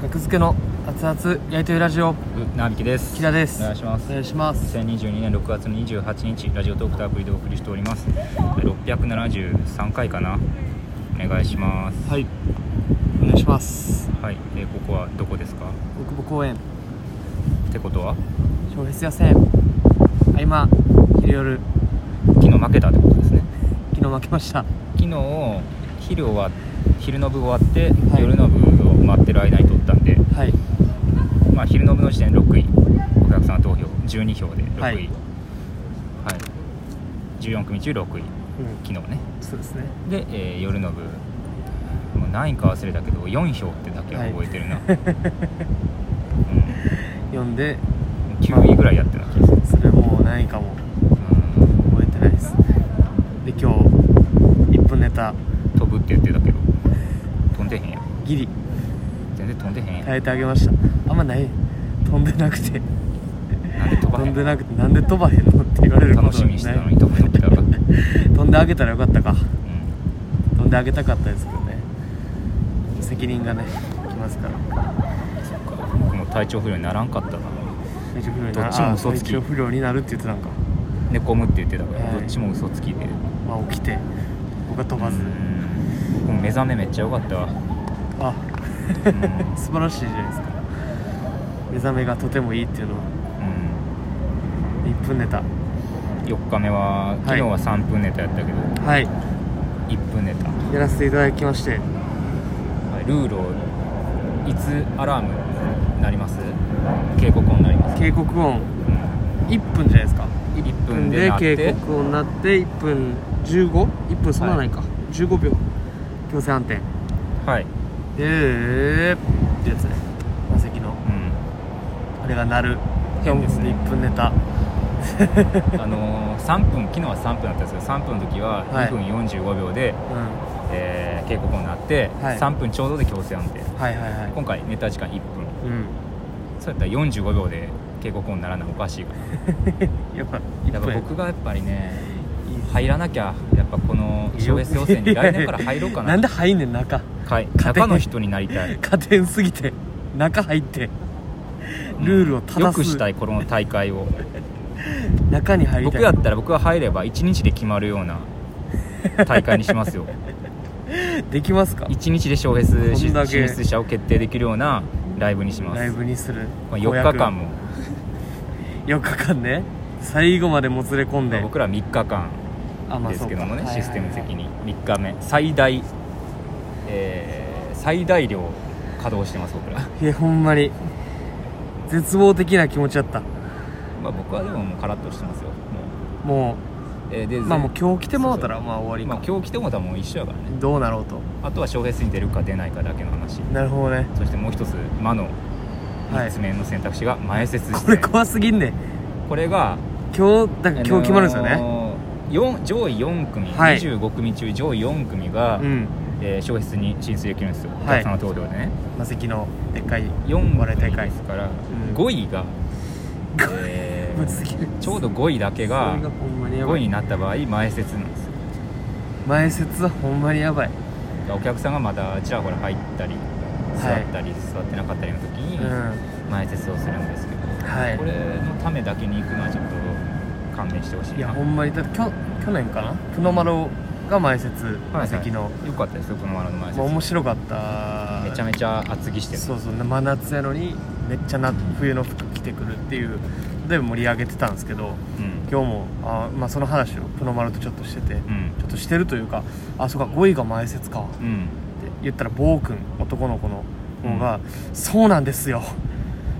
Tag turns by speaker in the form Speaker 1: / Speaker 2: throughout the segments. Speaker 1: 格付けの熱々焼いてるラジオ
Speaker 2: うなびきです
Speaker 1: 木田です
Speaker 2: お願いしま
Speaker 1: お
Speaker 2: す
Speaker 1: 願いします
Speaker 2: 2022年6月の28日ラジオトークターブリでお送りしております673回かなお願いします
Speaker 1: はいお願いします
Speaker 2: はい、えーここはどこですか
Speaker 1: 大久保公園
Speaker 2: ってことは
Speaker 1: 小フェス野戦合間昼夜
Speaker 2: 昨日負けたってことですね
Speaker 1: 昨日負けました
Speaker 2: 昨日昼終わ昼の部終わって、
Speaker 1: はい
Speaker 2: 夜の部を待ってる間に撮ったんで、
Speaker 1: はい
Speaker 2: まあ、昼の部の時点で6位お客さん投票12票で6位
Speaker 1: は
Speaker 2: はいい、14組中6
Speaker 1: う
Speaker 2: 位
Speaker 1: ん
Speaker 2: 昨日ね
Speaker 1: そうですね
Speaker 2: で、えー夜の部もう何位か忘れたけど4票ってだけは覚え てるな、
Speaker 1: 読んで
Speaker 2: うん、9位ぐらいやってな気がする、
Speaker 1: それもう何位かも
Speaker 2: う
Speaker 1: 覚えてないですで今日1分ネタ
Speaker 2: ん、飛ぶって言ってたけど飛んでへんやん
Speaker 1: ギリ
Speaker 2: 全然飛んでへんやん、
Speaker 1: 変えてあげましたあんまない飛んでなくて
Speaker 2: なんで飛ば
Speaker 1: 飛
Speaker 2: へ
Speaker 1: ん
Speaker 2: ん
Speaker 1: でなくてなんで飛ばへんのって言われること
Speaker 2: 楽しみにしてたのに飛ぶの来たら、うん、
Speaker 1: 飛んであげたらよかったか飛んであげたかったですけどね責任がねきますから
Speaker 2: そっか僕も体調不良にならんかったな
Speaker 1: 体調不良にな
Speaker 2: どっちも
Speaker 1: あ
Speaker 2: 嘘
Speaker 1: 体
Speaker 2: つき
Speaker 1: 調不良になるって言ってたんか、
Speaker 2: 寝込むって言ってたから、
Speaker 1: はい
Speaker 2: どっちも嘘つきで
Speaker 1: まあ、起きて僕は飛ばず、
Speaker 2: うん僕も目覚めめっちゃ良かったわ、
Speaker 1: あ
Speaker 2: うん
Speaker 1: 素晴らしいじゃないですか目覚めがとてもいいっていうのは
Speaker 2: う
Speaker 1: 1分ネタ
Speaker 2: ん、4日目は昨日は3分ネタやったけど、
Speaker 1: はい
Speaker 2: 1分ネタ
Speaker 1: やらせていただきまして
Speaker 2: ルールをいつアラームなります警告音になります、
Speaker 1: 警告音
Speaker 2: うん
Speaker 1: 1分じゃないですか
Speaker 2: 1
Speaker 1: 1
Speaker 2: 分
Speaker 1: 分
Speaker 2: で
Speaker 1: で
Speaker 2: 鳴って
Speaker 1: 警告音になって1分 15?1 分そんなないか、15秒強制判定
Speaker 2: はい、
Speaker 1: でってやつね魔石の
Speaker 2: う
Speaker 1: あれが鳴る
Speaker 2: 変ですね
Speaker 1: 1分ネタ
Speaker 2: ん、あのー、3分昨日は3分だったんですけど3分の時は
Speaker 1: はい
Speaker 2: 2分45秒で、
Speaker 1: うん
Speaker 2: えー警告音になって、
Speaker 1: はい
Speaker 2: 3分ちょうどで強制判定
Speaker 1: はいはいはい
Speaker 2: 今回ネタ時間1分
Speaker 1: うん
Speaker 2: そうやったら45秒で警告音にならないおかしいから
Speaker 1: やっぱ
Speaker 2: や
Speaker 1: 1
Speaker 2: っぱ
Speaker 1: 分
Speaker 2: 僕がやっぱりね
Speaker 1: いいです
Speaker 2: 入らなきゃやっぱこの US 予選に来年から入ろうかな
Speaker 1: なんで入んねん中
Speaker 2: はい
Speaker 1: 勝て
Speaker 2: 中の人になりたい
Speaker 1: 加点すぎて中入ってルールを正す
Speaker 2: よくしたいこの大会を
Speaker 1: 中に入りたい
Speaker 2: 僕やったら僕が入れば1日で決まるような大会に しますよ
Speaker 1: できますか
Speaker 2: 1日で小フェス
Speaker 1: こんだ
Speaker 2: し
Speaker 1: け
Speaker 2: 進出者を決定できるようなライブにします
Speaker 1: ライブにする、
Speaker 2: まあ、4日間も、
Speaker 1: 4日間ね最後までもつれ込ん
Speaker 2: ま
Speaker 1: で、
Speaker 2: あ僕ら3日間
Speaker 1: あまあ
Speaker 2: ですけどもね、
Speaker 1: そうか
Speaker 2: システム的
Speaker 1: はい
Speaker 2: に3日目最大、えー最大量稼働してます僕ら、
Speaker 1: はいはいいやほんまに絶望的な気持ちだった
Speaker 2: まあ、僕はでももうカラッとしてますよも
Speaker 1: も
Speaker 2: う、えーで
Speaker 1: うまあもう
Speaker 2: ぜ
Speaker 1: 今日来てもらったらまあ終わりか、
Speaker 2: まあ、今日来てもらったらもう一緒やからね
Speaker 1: どうなろうと
Speaker 2: あとは小フェスに出るか出ないかだけの話
Speaker 1: なるほどね
Speaker 2: そしてもう一つ魔の
Speaker 1: は
Speaker 2: 3
Speaker 1: い
Speaker 2: つ目の選択肢が前説出演
Speaker 1: これ怖すぎんね
Speaker 2: これが
Speaker 1: 今日だから今日決まるんですよ
Speaker 2: あ
Speaker 1: ね
Speaker 2: のーよん上位4組、
Speaker 1: はい
Speaker 2: 25組中上位4組が、
Speaker 1: うん
Speaker 2: えー小説に進出できるんですよ、
Speaker 1: い
Speaker 2: お客さんの投票でね
Speaker 1: マセキのでっかいお笑
Speaker 2: 4
Speaker 1: い大
Speaker 2: 組
Speaker 1: 会
Speaker 2: ですから、
Speaker 1: ん
Speaker 2: 5位 が、え
Speaker 1: ぶつける
Speaker 2: ちょうど5位だけ
Speaker 1: そ
Speaker 2: が
Speaker 1: れがほんまにやば
Speaker 2: 5位
Speaker 1: い
Speaker 2: になった場合前説なんですよ
Speaker 1: 前説はほんまにやばい
Speaker 2: だからお客さんがまだちらほら入ったり座
Speaker 1: はい
Speaker 2: ったり、座ってなかったりの時
Speaker 1: う
Speaker 2: に
Speaker 1: んは
Speaker 2: 前説をするんですけど、こ
Speaker 1: い
Speaker 2: れのためだけに行くのはちょっと勘弁してほしいない
Speaker 1: やほんまにだってきょ去年かなプノマロが前説マセキの、
Speaker 2: 良かったですよこの丸の前説、
Speaker 1: まあ、面白かった
Speaker 2: めちゃめちゃ厚着してる
Speaker 1: そうそう真夏やのにめっちゃな冬の服着てくるっていうで盛り上げてたんですけど
Speaker 2: うん
Speaker 1: 今日もあ、まあ、その話をプノマロとちょっとしてて、
Speaker 2: うん
Speaker 1: ちょっとしてるというかあそうか5位が前説か
Speaker 2: うん
Speaker 1: って言ったら坊君男の子の方が「そうなんですよ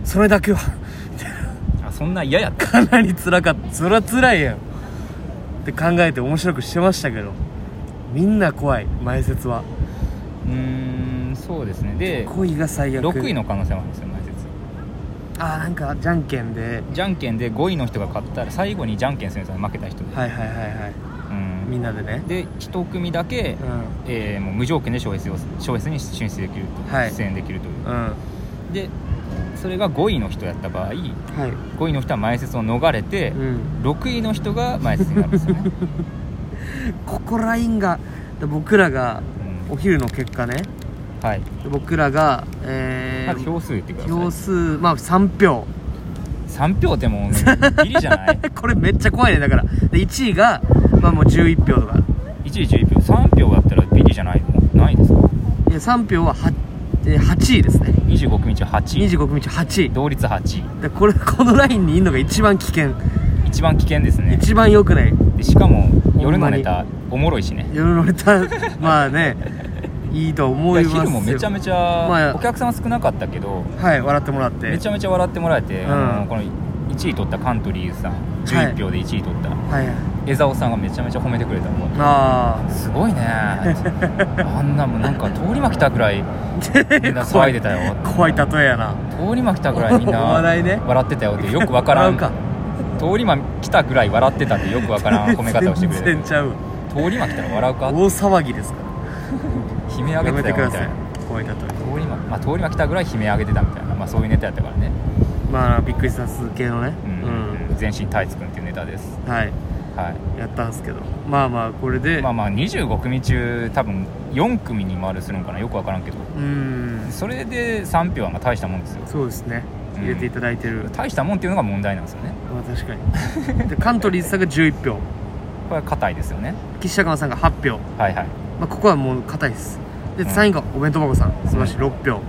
Speaker 1: それだけは
Speaker 2: あそんな嫌やった
Speaker 1: かなり辛かったそれは辛いやん」って考えて面白くしてましたけどみんな怖い前説は
Speaker 2: うーんそうですねで
Speaker 1: 恋が最悪
Speaker 2: 6位の可能性もあるんですよ前説
Speaker 1: あーなんかじゃんけんで
Speaker 2: じゃんけんで5位の人が勝ったら最後にじゃんけんするんですよ負けた人で、
Speaker 1: はいはいはいはいうみ
Speaker 2: ん
Speaker 1: んなでね
Speaker 2: で1組だけ、
Speaker 1: う
Speaker 2: えーもう無条件で小 S, を小 S に進出できると、
Speaker 1: はい
Speaker 2: 出演できるというん
Speaker 1: うんは
Speaker 2: でそれが5位の人やった場合
Speaker 1: い
Speaker 2: 5位の人は前説を逃れて、
Speaker 1: うん
Speaker 2: 6位の人が前説になるんですよ ね、
Speaker 1: ここラインが僕らが
Speaker 2: うん
Speaker 1: お昼の結果ね
Speaker 2: はい
Speaker 1: で僕らが、え
Speaker 2: まず
Speaker 1: ー、
Speaker 2: 票数言ってください
Speaker 1: 票数まあ3票
Speaker 2: 3票でもギリじゃない
Speaker 1: これめっちゃ怖いねだからで1位がまあもう11票とか
Speaker 2: 1位11票3票だったらビリじゃないのないですか
Speaker 1: いや3票は 8, えー8位ですね
Speaker 2: 25組中8
Speaker 1: 25日8位
Speaker 2: 同率8
Speaker 1: でこれこのラインにいるのが一番危険
Speaker 2: 一番危険ですね
Speaker 1: 一番良くない
Speaker 2: でしかも
Speaker 1: に
Speaker 2: 夜のネタおもろいしね
Speaker 1: 夜のネタ まあねいいと思い
Speaker 2: で
Speaker 1: ますよ
Speaker 2: 昼もめちゃめちゃ、
Speaker 1: まあ
Speaker 2: お客さん少なかったけど
Speaker 1: はい笑ってもらって
Speaker 2: めちゃめちゃ笑ってもらえて、
Speaker 1: うん
Speaker 2: あのこの1位取ったカントリーズさん
Speaker 1: はい
Speaker 2: 11票で1位取った、
Speaker 1: はいはい
Speaker 2: 江澤さんがめちゃめちゃ褒めてくれたもん
Speaker 1: あ
Speaker 2: すごいねあんなもんなんか通り魔来た ぐらいみんな騒いでたよ
Speaker 1: あ怖い例えやな
Speaker 2: 通り魔来たぐらいみんな
Speaker 1: お笑いね
Speaker 2: 笑ってたよってよくわから
Speaker 1: 笑
Speaker 2: ん
Speaker 1: うか
Speaker 2: 通り魔来たぐらい笑ってたってよくわからん褒め方をしてくれ
Speaker 1: 全
Speaker 2: て
Speaker 1: 然ちゃうわ
Speaker 2: 通り魔来たら笑
Speaker 1: 大
Speaker 2: うか
Speaker 1: 騒ぎですか
Speaker 2: 悲鳴
Speaker 1: らや
Speaker 2: 上げ
Speaker 1: め
Speaker 2: て
Speaker 1: て
Speaker 2: た
Speaker 1: くだ
Speaker 2: よみた
Speaker 1: さい
Speaker 2: いな
Speaker 1: 怖い例え
Speaker 2: 通り魔、まあ、通り魔来たぐらい悲鳴上げてたみたいな、まあ、そういうネタやったからね、
Speaker 1: まあびっくりさす系のね
Speaker 2: う
Speaker 1: うんん、
Speaker 2: 全身タイツくんっていうネタです
Speaker 1: はい
Speaker 2: はい
Speaker 1: やったんすけどまあまあこれで
Speaker 2: まあ
Speaker 1: う
Speaker 2: まあ25組中多分4組に回るするのかなよくわからんけど
Speaker 1: ーん
Speaker 2: それで3票はまあ大したもんですよ
Speaker 1: そうですね入れていただいてる
Speaker 2: 大したもんっていうのが問題なんですよね
Speaker 1: まあ確かにでカントリーズさんが11票
Speaker 2: これは硬いですよね
Speaker 1: 岸高野さんが8票、
Speaker 2: はいはい
Speaker 1: まあ、ここはもう硬いですで
Speaker 2: うん
Speaker 1: 3位がお弁当箱さんすばらしい6票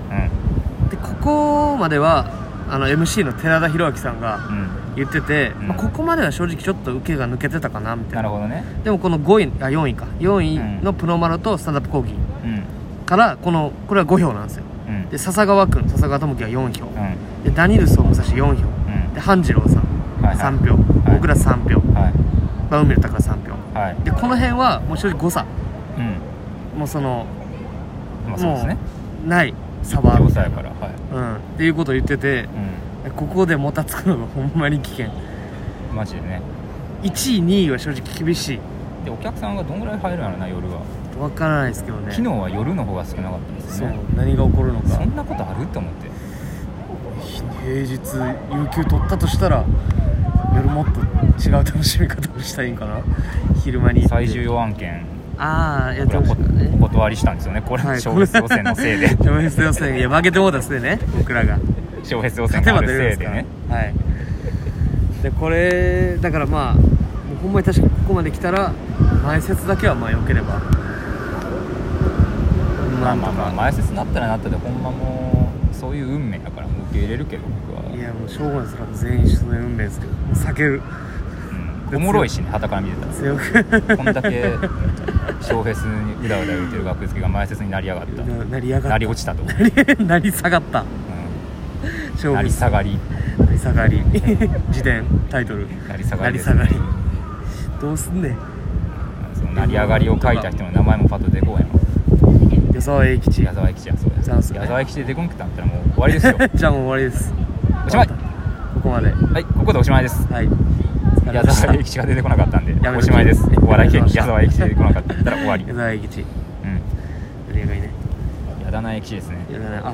Speaker 1: でここまではあの MC の寺田裕明さんが
Speaker 2: うん
Speaker 1: 言ってて、
Speaker 2: うん
Speaker 1: まあ、ここまでは正直ちょっと受けが抜けてたかなみ
Speaker 2: うん
Speaker 1: た
Speaker 2: ないる
Speaker 1: な
Speaker 2: ほどね
Speaker 1: でもこの5位あ4位か4
Speaker 2: うん
Speaker 1: 位のプロマロとスタンダップ講義
Speaker 2: うん
Speaker 1: からこのこれは5票なんですよ
Speaker 2: うん
Speaker 1: で笹川君笹川智樹が4票
Speaker 2: うん
Speaker 1: でダニルソン武蔵4票
Speaker 2: うん
Speaker 1: で半次郎さん
Speaker 2: はいはい
Speaker 1: 3票、
Speaker 2: い
Speaker 1: 僕ら3票
Speaker 2: はい
Speaker 1: まあ海の宝3票
Speaker 2: はい
Speaker 1: でこの辺はもう正直誤差
Speaker 2: うん
Speaker 1: もうその
Speaker 2: まあそうですね
Speaker 1: ない差はある
Speaker 2: 調査やからはい
Speaker 1: うん、っていうことを言ってて
Speaker 2: う
Speaker 1: ここでもたつくのが ほんまに危険
Speaker 2: んマジでね
Speaker 1: 1位2位は正直厳しい
Speaker 2: でお客さんがどんぐらい入るんやろな夜は
Speaker 1: わからないですけどね
Speaker 2: 昨日は夜の方が少なかったです
Speaker 1: そう
Speaker 2: ね
Speaker 1: 何が起こるのか
Speaker 2: そんなことあると思って
Speaker 1: 平日有給取ったとしたら夜もっと違う楽しみ方をしたいんかな昼間に行って
Speaker 2: 最重要案件
Speaker 1: ああやっ
Speaker 2: こ
Speaker 1: て
Speaker 2: れ
Speaker 1: ほしいから
Speaker 2: はお
Speaker 1: ね
Speaker 2: 断りしたんですよねこれ小別予選のせい で
Speaker 1: 上越予選いや負けてもうたせいでね僕らが
Speaker 2: 小別予選
Speaker 1: 勝て
Speaker 2: が
Speaker 1: ば
Speaker 2: ある
Speaker 1: 出るんで
Speaker 2: せい
Speaker 1: す
Speaker 2: で
Speaker 1: か
Speaker 2: ね
Speaker 1: らはいでこれだからまあもうほんまに確かにここまで来たら前説だけはまあ良ければ
Speaker 2: まあまあまあ前説なったらなったでほんまもうそういう運命だからもう受け入れるけど僕は、
Speaker 1: いやもうしょうがないですから全員一緒の運命ですけど避ける
Speaker 2: うん、おもろいしね傍から見てた
Speaker 1: 強く
Speaker 2: らこんだけ小フェスにうだうだ言ってる学付けが前説になりやがっ た
Speaker 1: ななりやがった
Speaker 2: なり落ちたと、
Speaker 1: な りなり下がった
Speaker 2: う
Speaker 1: 勝
Speaker 2: ん、
Speaker 1: 負
Speaker 2: なり下がり
Speaker 1: なり下がり 辞典タイトル
Speaker 2: なり下が
Speaker 1: なり
Speaker 2: りです
Speaker 1: 下
Speaker 2: ね
Speaker 1: がりどうすんねん
Speaker 2: その成り上がりを書いた人の名前もパッと出こうやろ
Speaker 1: 予想栄吉
Speaker 2: 矢沢永吉やそうや
Speaker 1: そうですね
Speaker 2: 矢沢永吉で出こんくたんだったらもう終わりで すよ
Speaker 1: じゃあもう終わりです
Speaker 2: おしまい
Speaker 1: ここまでは
Speaker 2: はいここでおしまいです
Speaker 1: い疲れま
Speaker 2: 矢
Speaker 1: した
Speaker 2: 沢永吉が出てこなかったんで
Speaker 1: やめと
Speaker 2: お
Speaker 1: き
Speaker 2: しまいですお笑い
Speaker 1: やめと
Speaker 2: 劇
Speaker 1: き
Speaker 2: 矢沢永吉出てこなかったんだったら終わり
Speaker 1: 矢沢永吉
Speaker 2: うん
Speaker 1: やりやがいね
Speaker 2: 矢田永吉ですね
Speaker 1: やだなあ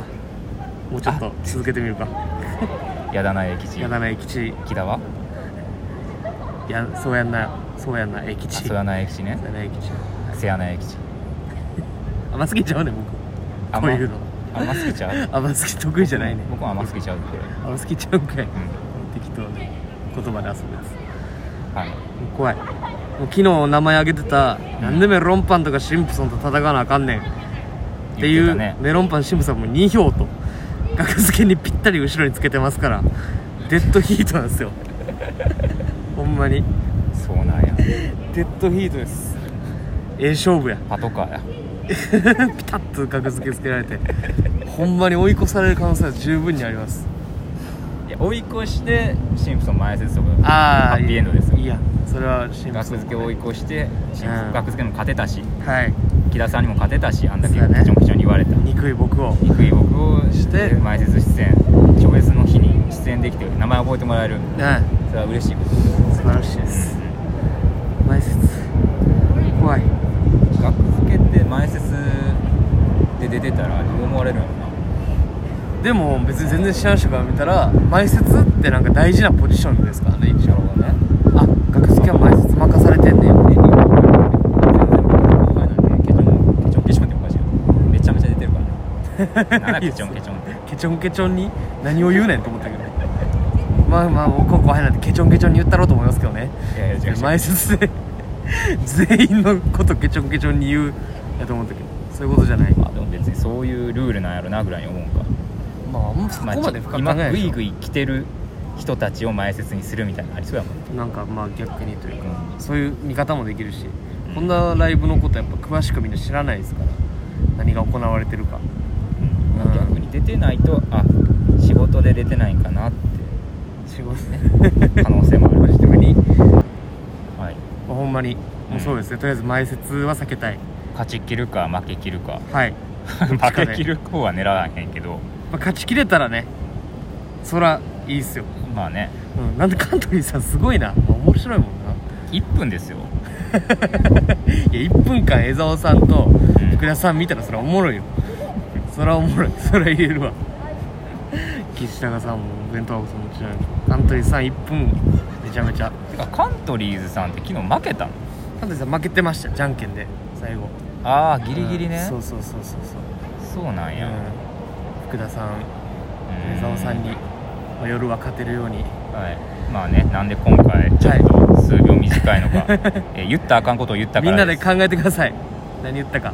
Speaker 1: もうちょっと続けてみるか
Speaker 2: 矢田永吉
Speaker 1: やだな永吉
Speaker 2: 木田は
Speaker 1: やそうやんなそうやんな永
Speaker 2: あ
Speaker 1: 吉
Speaker 2: そうやな永吉ね
Speaker 1: そうやな永吉
Speaker 2: 瀬谷永 吉
Speaker 1: 甘すぎちゃうね僕
Speaker 2: あ
Speaker 1: こういうの
Speaker 2: 甘すぎちゃう
Speaker 1: 甘すぎ得意じゃないね
Speaker 2: 僕も甘すぎちゃうこれ
Speaker 1: 甘すぎちゃうんかい
Speaker 2: うん
Speaker 1: 適当に言葉で遊ぶやつ
Speaker 2: はい
Speaker 1: もう怖いもう昨日名前挙げてた何でメロンパンとかシンプソンと戦わなあかんねんってい
Speaker 2: 言
Speaker 1: う
Speaker 2: ってたね
Speaker 1: メロンパンシンプソンも2票と額付けにぴったり後ろにつけてますからデッドヒートなんです よほんまに
Speaker 2: そうなんや
Speaker 1: デッドヒートですええ勝負や
Speaker 2: パトカーや
Speaker 1: ピタッと格付けつけられてほんまに追い越される可能性は十分にあります
Speaker 2: いや追い越してシンプソン前説とか
Speaker 1: ああ
Speaker 2: ハッピーエンドですよ
Speaker 1: いやそれはシンプ
Speaker 2: 学
Speaker 1: ソン
Speaker 2: 付けを追い越してシンプソン
Speaker 1: うん
Speaker 2: 学付けにも勝てたし
Speaker 1: はい
Speaker 2: 木田さんにも勝てたしあんだけ
Speaker 1: そうだね
Speaker 2: くちょんくちょんに言われた
Speaker 1: 憎い僕を
Speaker 2: 憎い僕をして
Speaker 1: して
Speaker 2: 前説出演超越の日に出演できて名前覚えてもらえる
Speaker 1: はい
Speaker 2: それは嬉しいこと
Speaker 1: 素晴らしいです前説怖い
Speaker 2: 学付けって前説で出てたらどう思われるのか
Speaker 1: でも別に全然知らん人から見たら前説ってなんか大事なポジションですからね一応ねあ学付けは前説任されてんねや
Speaker 2: な全然僕の後輩なんでケチョンケチョンケチョンっておかしいよめちゃめちゃ出てるからねなんだケチョンケチョンって
Speaker 1: ケチョンケチョンに何を言うねんと思ったけどまあまあもう今後入らなんてケチョンケチョンに言ったろうと思いますけどね
Speaker 2: いやいや違う違う
Speaker 1: 前説で全員のことケチョンケチョンに言うやと思ったけどそういうことじゃない
Speaker 2: まあでも別にそういうルールなんやろなぐらいに思うんか
Speaker 1: まああんまそこ
Speaker 2: まあ
Speaker 1: まで深く考え
Speaker 2: 今
Speaker 1: ない
Speaker 2: グ
Speaker 1: でしょ
Speaker 2: イグイ来てる人たちを前説にするみたいなのありそうやもんね
Speaker 1: なんかまあ逆にというか、
Speaker 2: う
Speaker 1: そういう見方もできるし、
Speaker 2: うん
Speaker 1: こんなライブのことやっぱ詳しくみんな知らないですから何が行われてるかうん
Speaker 2: 逆に出てないとあ仕事で出てないんかなっ
Speaker 1: 仕事ね
Speaker 2: て可能性もあ
Speaker 1: ポ
Speaker 2: る
Speaker 1: ジティブに、ま
Speaker 2: はい
Speaker 1: あほんまにもうそうですね、とりあえず前説は避けたい
Speaker 2: 勝ち切るか負け切るか
Speaker 1: はい、かで
Speaker 2: 負け切る方は狙わへんけど
Speaker 1: まあ、勝ちきれたらねそらいいっすよ、
Speaker 2: まあね
Speaker 1: うん、なんでカントリーさんすごいな面白いもんな
Speaker 2: 1分ですよ
Speaker 1: いや1分間江澤さんと
Speaker 2: ん
Speaker 1: 福田さん見たらそれはおもろいよそれはおもろいそれは言えるわ岸高さんもお弁当箱さんもちろんカントリーさん1分めちゃめちゃ
Speaker 2: てかカントリーズさんって昨日負けたの
Speaker 1: カントリーさん負けてましたじゃんけんで最後
Speaker 2: ああギリギリね、
Speaker 1: うんそうそうそうそうそう、
Speaker 2: そうなんや、
Speaker 1: うん、福田さん
Speaker 2: うん
Speaker 1: 江澤さんに、まあ、夜は勝てるように
Speaker 2: はい、まあねなんで今回ちょっ と数秒短いのか、えー言ったらあかんことを言ったか
Speaker 1: み
Speaker 2: ら
Speaker 1: んなで
Speaker 2: か
Speaker 1: 考えてください何言ったか